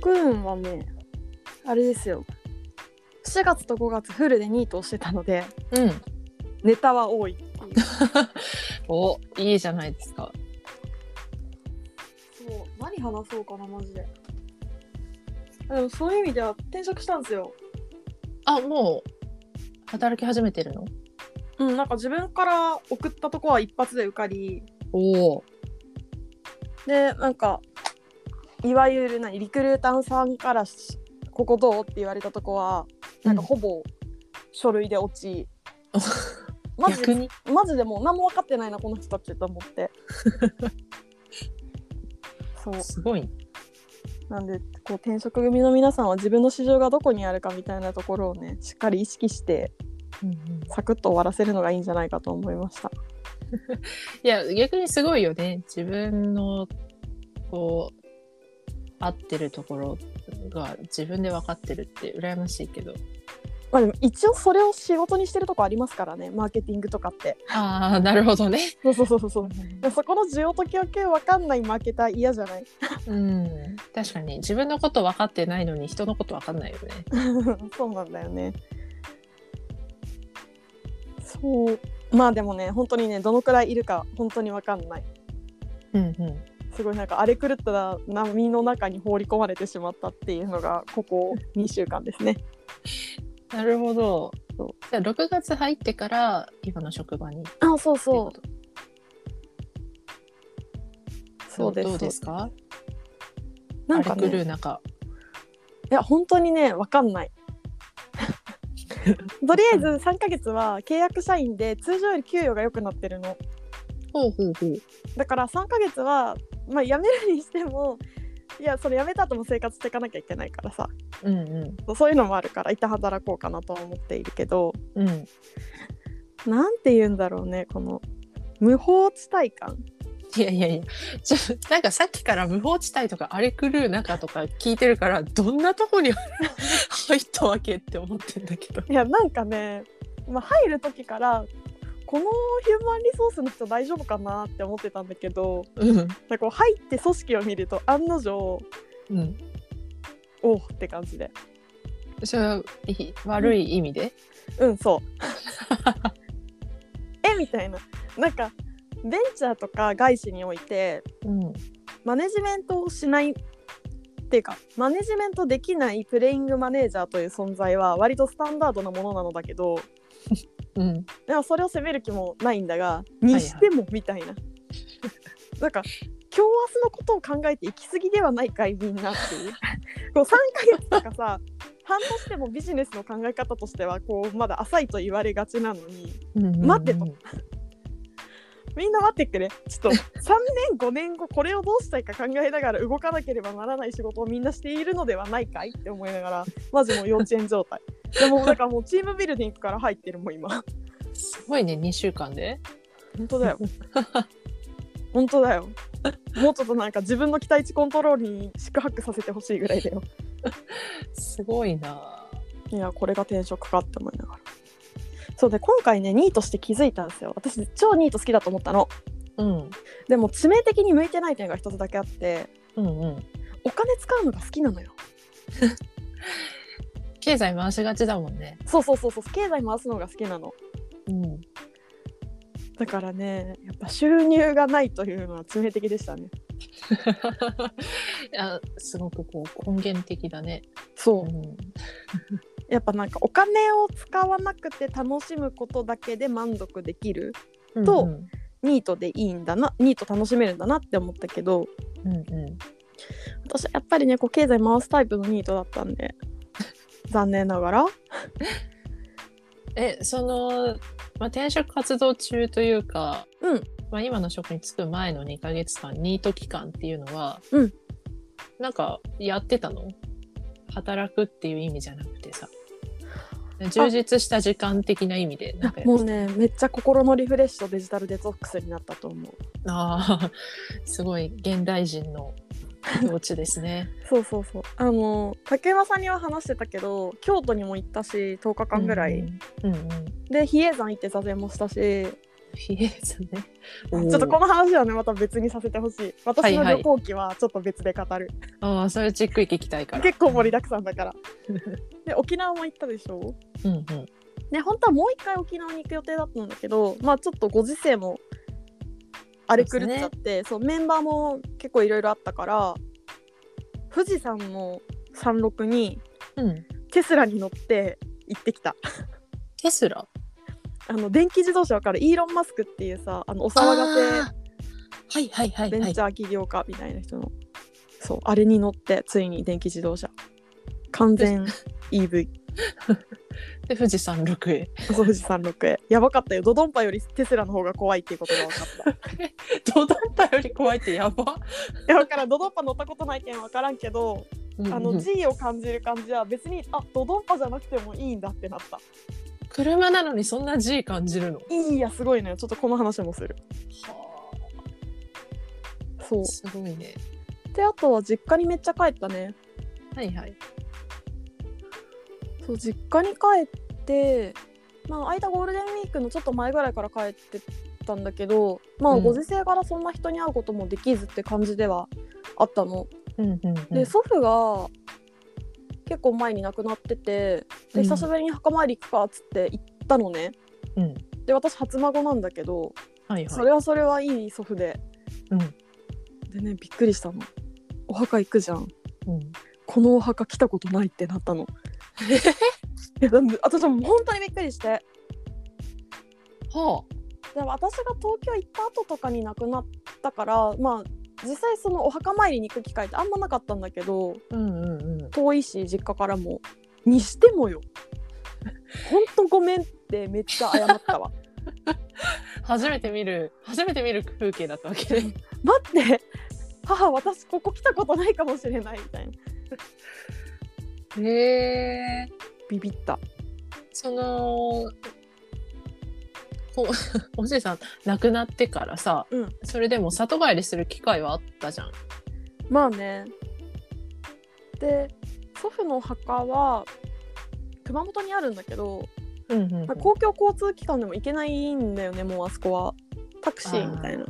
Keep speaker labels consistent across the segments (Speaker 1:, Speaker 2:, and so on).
Speaker 1: ーンはねあれですよ4月と5月フルでニートをしてたので
Speaker 2: うん。
Speaker 1: ネタは多いっていう
Speaker 2: お、いいじゃないですか。
Speaker 1: そう何話そうかなマジででもそういう意味では転職したんですよ
Speaker 2: あ、もう、働き始めてるの
Speaker 1: うんなんか自分から送ったとこは一発で受かり
Speaker 2: おお。
Speaker 1: でなんかいわゆる何リクルーターさんからし「ここどう?」って言われたとこはなんかほぼ書類で落 ち、マジ
Speaker 2: 逆
Speaker 1: で
Speaker 2: に。
Speaker 1: マジでもう何も分かってないなこの人たちと思って そう
Speaker 2: すごい。
Speaker 1: なんでこう転職組の皆さんは自分の市場がどこにあるかみたいなところをねしっかり意識して
Speaker 2: うんうん、
Speaker 1: サクッと終わらせるのがいいんじゃないかと思いました
Speaker 2: いや、逆にすごいよね。自分の、こう、合ってるところが自分で分かってるって羨ましいけど。
Speaker 1: まあでも一応それを仕事にしてるとこありますからねマーケティングとか って
Speaker 2: ああ、なるほどね。
Speaker 1: そうそうそうそうそうでもそこの需要と供給分かんないマーケター嫌じゃない
Speaker 2: うん。確かに、自分のこと分かってないのに人のこと分かんないよね。
Speaker 1: そうなんだよねそうまあでもね本当にねどのくらいいるか本当に分かんない
Speaker 2: うんうん。
Speaker 1: すごいなんか荒れ狂った波の中に放り込まれてしまったっていうのがここ2週間ですね
Speaker 2: なるほど
Speaker 1: そう。
Speaker 2: じゃあ6月入ってから今の職場にってい う
Speaker 1: あそうう
Speaker 2: こと。
Speaker 1: そうです
Speaker 2: どうですか？
Speaker 1: なんか、
Speaker 2: 荒れ狂
Speaker 1: ね、
Speaker 2: う中。
Speaker 1: いや本当にね分かん ないとりあえず3ヶ月は契約社員で通常より給与が良くなってるの
Speaker 2: ほうほうほう。
Speaker 1: だから3ヶ月は、まあ、辞めるにしてもいやそれ辞めた後も生活していかなきゃいけないからさ
Speaker 2: うんう
Speaker 1: そういうのもあるから一旦働こうかなとは思っているけど
Speaker 2: んうん。
Speaker 1: なんて言うんだろうねこの無法地帯感
Speaker 2: いやいやいや。ちょなんかさっきから無法地帯とか荒れ狂う中とか聞いてるからどんなとこに入ったわけって思ってんだけど。
Speaker 1: いやなんかね、まあ、入る時からこのヒューマンリソースの人大丈夫かなって思ってたんだけど
Speaker 2: うん
Speaker 1: なんかこう入って組織を見ると案の定お
Speaker 2: うん。
Speaker 1: おって感じで
Speaker 2: それはいい悪い意味で。
Speaker 1: うんそう えみたいななんかベンチャーとか外資において
Speaker 2: うん。
Speaker 1: マネジメントをしないっていうかマネジメントできないプレイングマネージャーという存在は割とスタンダードなものなのだけど
Speaker 2: うん。
Speaker 1: でもそれを責める気もないんだがにしてもみたいな、なんか今日明日のことを考えて行き過ぎではないかいみんなって いうこう3ヶ月とかさ半年でもビジネスの考え方としてはこうまだ浅いと言われがちなのに
Speaker 2: うんうんうん
Speaker 1: 待ってと。みんな待ってくれちょっと3年5年後これをどうしたいか考えながら動かなければならない仕事をみんなしているのではないかいって思いながらマジもう幼稚園状態でもなんかもうチームビルディングから入ってるもん今
Speaker 2: すごいね2週間で。
Speaker 1: 本当だよ本当だよもうちょっとなんか自分の期待値コントロールに宿泊させてほしいぐらいだよ
Speaker 2: すごいな。
Speaker 1: いやこれが転職かって思いながらそうで今回ねニートして気づいたんですよ私超ニート好きだと思ったの
Speaker 2: うん
Speaker 1: でも致命的に向いてない点が一つだけあって
Speaker 2: うんうん。
Speaker 1: お金使うのが好きなのよ
Speaker 2: 経済回しがちだもんね。
Speaker 1: そうそうそうそう経済回すのが好きなの
Speaker 2: うん。
Speaker 1: だからねやっぱ収入がないというのは致命的でしたね
Speaker 2: いやすごくこう根源的だね。、
Speaker 1: そううんやっぱなんかお金を使わなくて楽しむことだけで満足できると
Speaker 2: うん
Speaker 1: ニートでいいんだなニート楽しめるんだなって思ったけど
Speaker 2: うんうん
Speaker 1: 私やっぱりねこう経済回すタイプのニートだったん で残念ながら
Speaker 2: えその、まあ、転職活動中というか、
Speaker 1: うん
Speaker 2: まあ、今の職に就く前の2ヶ月間ニート期間っていうのは、
Speaker 1: うん
Speaker 2: なんかやってたの働くっていう意味じゃなくてさ充実した時間的な意味でなんかや
Speaker 1: も
Speaker 2: っ
Speaker 1: うねめっちゃ心のリフレッシュとデジタルデトックスになったと思う
Speaker 2: あー すごい現代人の境地です ね。
Speaker 1: そうそうそうあの竹山さんには話してたけど京都にも行ったし10日間ぐらい、
Speaker 2: うんうんうんうん
Speaker 1: で比叡山行って座禅もしたし
Speaker 2: 冷えずね。
Speaker 1: ちょっとこの話はねまた別にさせてほしい私の
Speaker 2: はいはい
Speaker 1: 旅行記はちょっと別で語る、
Speaker 2: ああ、それじっくり聞きたいから。
Speaker 1: 結構盛りだくさんだから で沖縄も行ったでしょ
Speaker 2: うんうん。
Speaker 1: ね本当はもう一回沖縄に行く予定だったんだけどまあちょっとご時世もあれ狂っちゃってそう、メンバーも結構いろいろあったから富士山の山麓に
Speaker 2: うん。
Speaker 1: テスラに乗って行ってきた
Speaker 2: テスラ
Speaker 1: あの電気自動車わかるイーロン・マスクっていうさあのお騒が
Speaker 2: せ。はいはいは
Speaker 1: せ
Speaker 2: い
Speaker 1: ベ
Speaker 2: は
Speaker 1: ン
Speaker 2: い
Speaker 1: チ。ャー起業家みたいな人のそうあれに乗ってついに電気自動車完 全 EV
Speaker 2: で、富士山六へ。
Speaker 1: そう富士山6へやばかったよドドンパよりテスラの方が怖いっていうことが分かった
Speaker 2: ドドンパより怖いってやば。
Speaker 1: いやだからドドンパ乗ったことないけん分からんけど、あ
Speaker 2: うんう
Speaker 1: の
Speaker 2: ん
Speaker 1: G を感じる感じは別にあドドンパじゃなくてもいいんだってなった
Speaker 2: 車なのにそんな G 感じるの。
Speaker 1: いいやすごいのよちょっとこの話もするそう
Speaker 2: すごいね。
Speaker 1: であとは実家にめっちゃ帰ったね
Speaker 2: はいはい。
Speaker 1: そう実家に帰ってまあ間ゴールデンウィークのちょっと前ぐらいから帰ってたんだけどまあ
Speaker 2: うん
Speaker 1: ご時世からそんな人に会うこともできずって感じではあったの、
Speaker 2: うんうん、うん。
Speaker 1: で祖父が結構前に亡くなってて
Speaker 2: うん
Speaker 1: で久しぶりに墓参り行くかっつって行ったのね、
Speaker 2: うん。
Speaker 1: で私初孫なんだけど、
Speaker 2: はいはい。
Speaker 1: それはそれはいい祖父で
Speaker 2: うん。
Speaker 1: でねびっくりしたのお墓行くじゃん
Speaker 2: うん。
Speaker 1: このお墓来たことないってなったのいやでも私も本当にびっくりして
Speaker 2: は
Speaker 1: でも私が東京行った後とかに亡くなったからまあ実際そのお墓参りに行く機会ってあんまなかったんだけど
Speaker 2: あ。うんうんうん。
Speaker 1: 遠いし実家からもにしてもよほんとごめんってめっちゃ謝ったわ
Speaker 2: 初めて見る、初めて見る風景だったわけね。
Speaker 1: 待って母私ここ来たことないかもしれないみたいな
Speaker 2: へえ。
Speaker 1: ビビった
Speaker 2: その、こお じいさん亡くなってからさ、
Speaker 1: うん
Speaker 2: それでも里帰りする機会はあったじゃん。
Speaker 1: まあねで祖父のお墓は熊本にあるんだけど、
Speaker 2: うんうんうん
Speaker 1: まあ公共交通機関でも行けないんだよねもうあそこはタクシーみたいな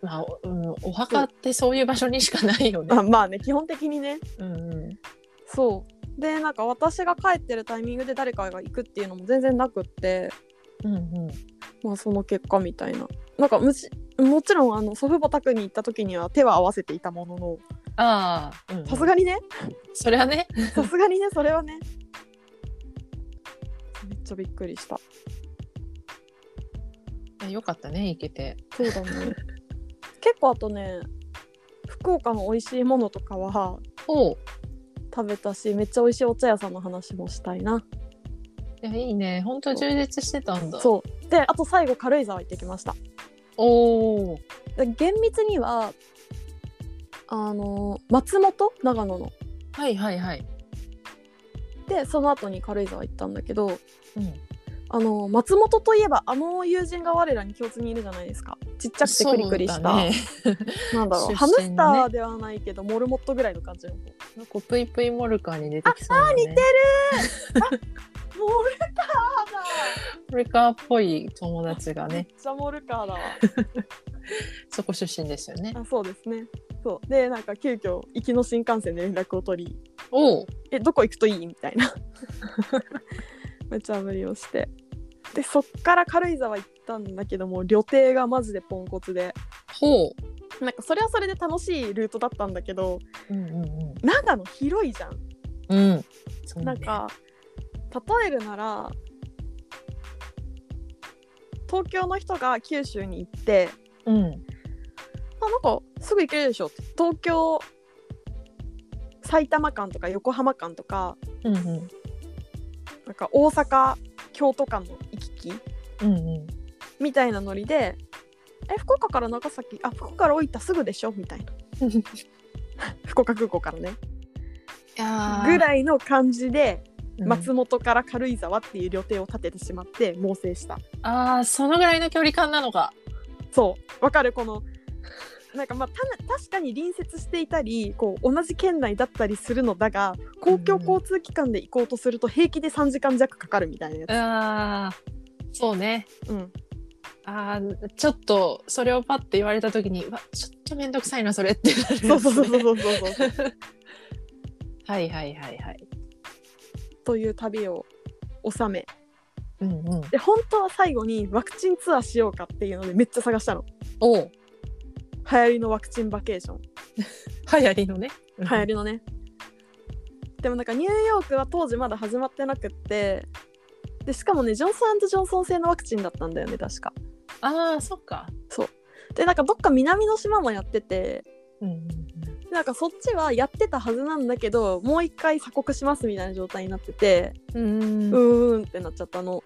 Speaker 2: まあおうん、お墓ってそういう場所にしかないよね。
Speaker 1: あまあね基本的にね
Speaker 2: うんうん
Speaker 1: そうでなんか私が帰ってるタイミングで誰かが行くっていうのも全然なくって
Speaker 2: うんうん
Speaker 1: まあその結果みたいななんかむしもちろんあの祖父母宅に行った時には手は合わせていたものの
Speaker 2: ああ、うんうん
Speaker 1: さすがにね
Speaker 2: それはね。
Speaker 1: さすがにねそれはねめっちゃびっくりした
Speaker 2: よかったね、行けて。
Speaker 1: そうだ ね結構あとね福岡の美味しいものとかは
Speaker 2: おう
Speaker 1: 食べたしめっちゃ美味しいお茶屋さんの話もしたいない
Speaker 2: や、いいね。本当充実してたんだ。
Speaker 1: そうであと最後軽井沢行ってきました
Speaker 2: おお。
Speaker 1: で厳密にはあの松本長野の
Speaker 2: はいはいはい。
Speaker 1: でその後に軽井沢行ったんだけど
Speaker 2: うん、
Speaker 1: あの松本といえばあの友人が我らに共通にいるじゃないですかちっちゃくてクリクリした、
Speaker 2: そうだね、
Speaker 1: なんだろう、
Speaker 2: 出身のね
Speaker 1: ハムスターではないけどモルモットぐらいの感じの子
Speaker 2: なんかプイプイモルカーに出てきそうな、ね。あ、似てる。
Speaker 1: モルカーだ
Speaker 2: モルカーっぽい友達が
Speaker 1: めっ
Speaker 2: ね、
Speaker 1: ちゃモルカーだわ
Speaker 2: そこ出身ですよね。
Speaker 1: あそうですねそうでなんか急遽行きの新幹線で連絡を取り
Speaker 2: おお。
Speaker 1: 「えどこ行くといい?」みたいな めちゃ無理をしてでそっから軽井沢行ったんだけども旅程がマジでポンコツで
Speaker 2: ほ
Speaker 1: なんかそれはそれで楽しいルートだったんだけど
Speaker 2: う。うんうん
Speaker 1: 長野広いじゃん
Speaker 2: うん。うん。そう
Speaker 1: な
Speaker 2: ね
Speaker 1: ん。か例えるなら東京の人が九州に行って
Speaker 2: うん。
Speaker 1: あなんかすぐ行けるでしょって東京埼玉間とか横浜間とか
Speaker 2: うんうん。
Speaker 1: なんか大阪京都間の行き来
Speaker 2: うんうん。
Speaker 1: みたいなノリで「え福岡から長崎あ福岡から大分すぐでしょ」みたい な福岡空港からねぐ
Speaker 2: い、
Speaker 1: らいの感じで
Speaker 2: うん
Speaker 1: 松本から軽井沢っていう旅程を立ててしまって猛省した
Speaker 2: ああ、そのぐらいの距離感なのか。
Speaker 1: そうわかるこのなんかまあたな確かに隣接していたりこう同じ県内だったりするのだが公共交通機関で行こうとすると平気で3時間弱かかるみたいなや
Speaker 2: ああ、そうね。
Speaker 1: つ、うん、
Speaker 2: あーちょっとそれをパッて言われた時にうわちょっと面倒くさいなそれってなる
Speaker 1: そうそうそう
Speaker 2: やつね
Speaker 1: そうそうそう
Speaker 2: はいはいはいはい
Speaker 1: という旅を収め
Speaker 2: うんうん
Speaker 1: で本当は最後にワクチンツアーしようかっていうのでめっちゃ探したの
Speaker 2: おう
Speaker 1: 流行りのワクチンバケーション
Speaker 2: 流行りのね
Speaker 1: 流行りのね、でもなんかニューヨークは当時まだ始まってなくってでしかもねジョンソンジョンソン製のワクチンだったんだよね確か
Speaker 2: ああそっか
Speaker 1: でなんかどっか南の島もやってて
Speaker 2: うんうん
Speaker 1: でなんかそっちはやってたはずなんだけどもう一回鎖国しますみたいな状態になってて
Speaker 2: うんうん
Speaker 1: うーんってなっちゃったの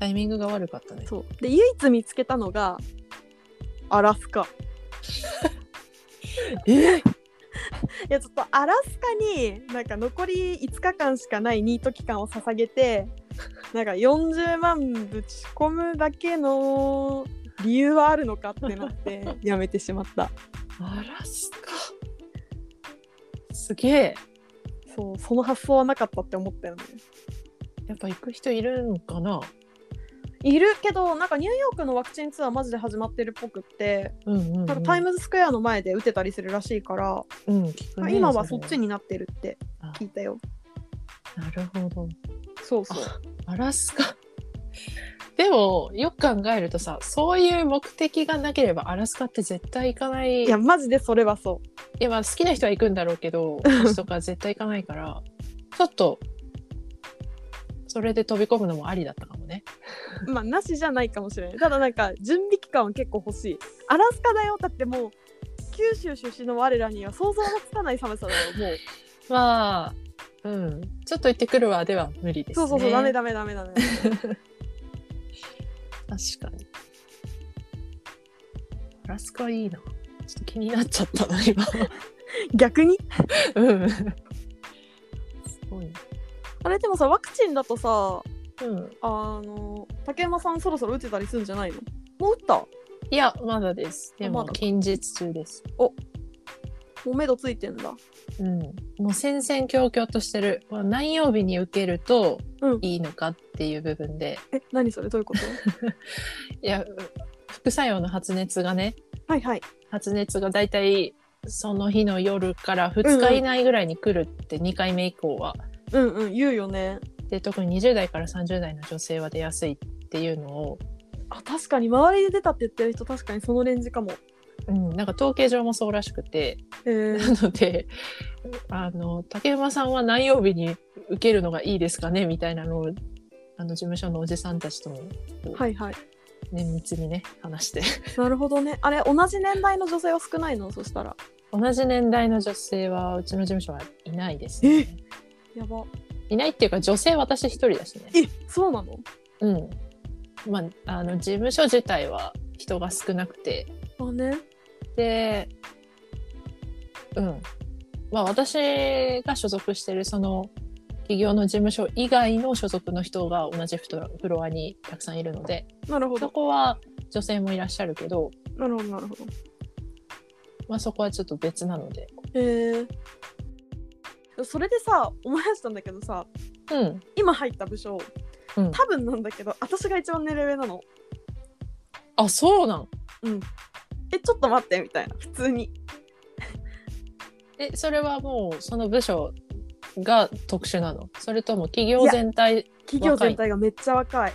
Speaker 2: タイミングが悪かったね
Speaker 1: そうで唯一見つけたのがアラスカ
Speaker 2: えー
Speaker 1: いやちょっとアラスカになんか残り5日間しかないニート期間を捧げてなんか40万ぶち込むだけの理由はあるのかってな ってやめてしまった
Speaker 2: アラスカすげえ
Speaker 1: そうその発想はなかったって思ったよね
Speaker 2: やっぱ行く人いるのかない
Speaker 1: るけどなんかニューヨークのワクチンツアーマジで始まってるっぽくって
Speaker 2: うんうん、うん、
Speaker 1: なんかタイムズスクエアの前で打てたりするらしいから、
Speaker 2: うん聞くね
Speaker 1: 今はそっ
Speaker 2: れ
Speaker 1: ちになってるって聞いたよ
Speaker 2: なるほど
Speaker 1: そうそう
Speaker 2: アラスカ でもよく考えるとさそういう目的がなければアラスカって絶対行かない
Speaker 1: いやマジでそれはそう
Speaker 2: いやまあ好きな人は行くんだろう けど私とか絶対行かないからちょっとそれで飛び込むのもありだったかもね
Speaker 1: まあなしじゃないかもしれないただなんか準備期間は結構欲しいアラスカだよだってもう九州出身の我らには想像もつかない寒さだよもう
Speaker 2: まあうんちょっと行ってくるわでは無理です
Speaker 1: そ
Speaker 2: ね
Speaker 1: うそうそうダメダメダメダメ
Speaker 2: 確かにアラスカいいなちょっと気になっちゃったな今
Speaker 1: 逆に
Speaker 2: うん すごい
Speaker 1: あれでもさワクチンだとさ
Speaker 2: うん
Speaker 1: あの竹山さんそろそろ打てたりするんじゃないのもう打った
Speaker 2: いやまだですで
Speaker 1: ま
Speaker 2: も
Speaker 1: だ
Speaker 2: 近日中です
Speaker 1: もう目処ついてんだ
Speaker 2: うんもう戦々恐々としてるまあ何曜日に受けると
Speaker 1: うん
Speaker 2: いいのかっていう部分で、
Speaker 1: え何それどういう こと
Speaker 2: いやう副作用の発熱がね
Speaker 1: はいはい
Speaker 2: 発熱がだいたいその日の夜から2日以内ぐらいに来るって2回目以降は、
Speaker 1: うんうん言うよね
Speaker 2: で特に20代から30代の女性は出やすいっていうのを、
Speaker 1: あ確かに周りで出たって言ってる人確かにそのレンジかも
Speaker 2: うん、なんか統計上もそうらしくて
Speaker 1: えー
Speaker 2: なのであの竹山さんは何曜日に受けるのがいいですかねみたいなのをあの事務所のおじさんたちとも
Speaker 1: はいはい
Speaker 2: 綿密にね話して
Speaker 1: なるほどねあれ同じ年代の女性は少ないのそしたら
Speaker 2: 同じ年代の女性はうちの事務所はいないですね
Speaker 1: やば
Speaker 2: いないっていうか女性私一人だしね
Speaker 1: えそうなの
Speaker 2: うんまああの事務所自体は人が少なくて
Speaker 1: あね
Speaker 2: でうんまあ私が所属してるその企業の事務所以外の所属の人が同じフロフロアにたくさんいるので
Speaker 1: なるほ
Speaker 2: そ
Speaker 1: ど
Speaker 2: こは女性もいらっしゃるけど、
Speaker 1: なるほどなるほど
Speaker 2: まあ、そこはちょっと別なので
Speaker 1: へえそれでさ思い出したんだけどさ
Speaker 2: うん
Speaker 1: 今入った部署、
Speaker 2: うん
Speaker 1: 多分なんだけど私が一番年齢上なの
Speaker 2: あそうなん
Speaker 1: えちょっと待ってみたいな普通に
Speaker 2: えそれはもうその部署が特殊なのそれとも企業全体
Speaker 1: 企業
Speaker 2: 若い
Speaker 1: 全体がめっちゃ若い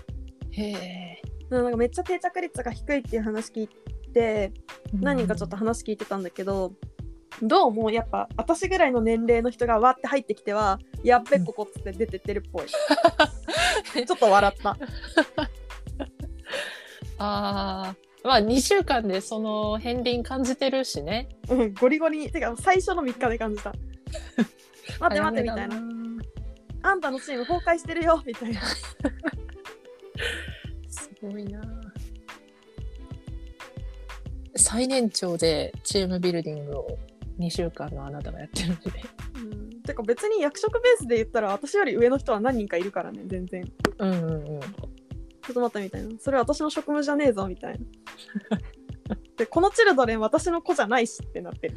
Speaker 2: へえ
Speaker 1: なんかめっちゃ定着率が低いっていう話聞いて何人かちょっと話聞いてたんだけど、どうもやっぱ私ぐらいの年齢の人がわって入ってきてはやっべここっつって出てってるっぽ いちょっと笑った
Speaker 2: ああまあ2週間でその片鱗感じてるしね
Speaker 1: うんゴリゴリにてか最初の3日で感 じた待って待ってみたいな
Speaker 2: な
Speaker 1: あんたのチーム崩壊してるよみたいな
Speaker 2: すごいな最年長でチームビルディングを2週間のあなたがやってるので
Speaker 1: うんてか別に役職ベースで言ったら私より上の人は何人かいるからね全然ち
Speaker 2: うんうんう
Speaker 1: ょ
Speaker 2: ん
Speaker 1: っと待ったみたいなそれ私の職務じゃねえぞみたいな でこのチルドレン私の子じゃないしってなってる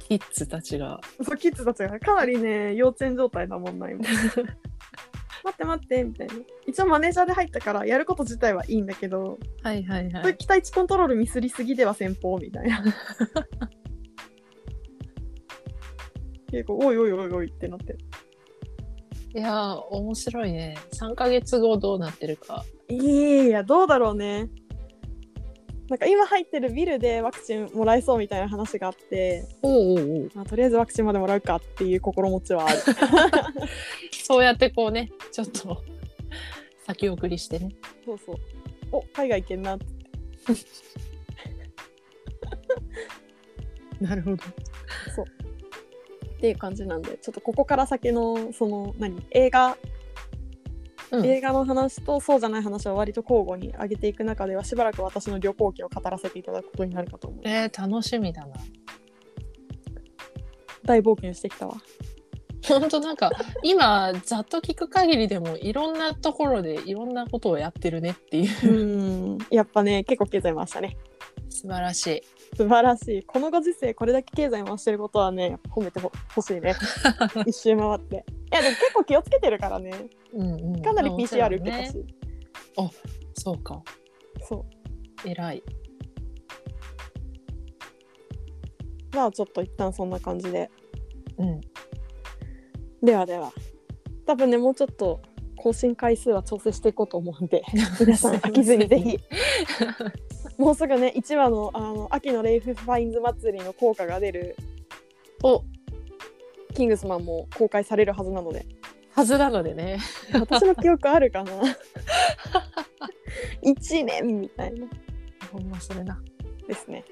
Speaker 2: キッズたちが
Speaker 1: そうキッズたちがかなりね幼稚園状態だもんな今待って待ってみたいな一応マネージャーで入ったからやること自体はいいんだけど、
Speaker 2: はいはいは
Speaker 1: そういう期待値コントロールミスりすぎでは先方みたい な結構おいおいおいおいってなって
Speaker 2: いやー面白いね3ヶ月後どうなってるか
Speaker 1: いやどうだろうねなんか今入ってるビルでワクチンもらえそうみたいな話があって、
Speaker 2: おうおうおう
Speaker 1: まあ、とりあえずワクチンまでもらうかっていう心持ちはあ る
Speaker 2: そうやってこうねちょっと 先送りしてね
Speaker 1: そうそうお海外行けんなって
Speaker 2: なるほ
Speaker 1: っ
Speaker 2: ど
Speaker 1: ていう感じなんでちょっとここから先のその何映画、
Speaker 2: うん
Speaker 1: 映画の話とそうじゃない話は割と交互に上げていく中ではしばらく私の旅行記を語らせていただくことになるかと思う
Speaker 2: えー、楽しみだな
Speaker 1: 大冒険してきたわ
Speaker 2: 本当なんか今ざっと聞く限りでもいろんなところでいろんなことをやってるねっていう
Speaker 1: う
Speaker 2: 素
Speaker 1: ん やっぱね結構経済回したね
Speaker 2: 晴らしい
Speaker 1: 素晴らしいこのご時世これだけ経済回してることはね褒めてほほしい ね一周回っていやでも結構気をつけてるからね
Speaker 2: うんうん、
Speaker 1: かなり
Speaker 2: まあもちろ
Speaker 1: PCR
Speaker 2: ん
Speaker 1: 受けたし、
Speaker 2: ね、そうか
Speaker 1: そ
Speaker 2: 偉いう
Speaker 1: まあちょっと一旦そんな感じで
Speaker 2: うん
Speaker 1: ではでは多分ねもうちょっと更新回数は調整していこうと思うんで 皆さん飽きずにぜひもうすぐね1話のあの秋のレイフファインズ祭りの効果が出る
Speaker 2: お
Speaker 1: キングスマンも公開されるはずなので
Speaker 2: はずなのでね
Speaker 1: 私の記憶ある かな1年みたいな
Speaker 2: ほんまそれな
Speaker 1: ですね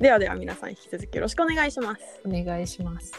Speaker 1: ではでは皆さん引き続きよろしくお願いします
Speaker 2: お願いします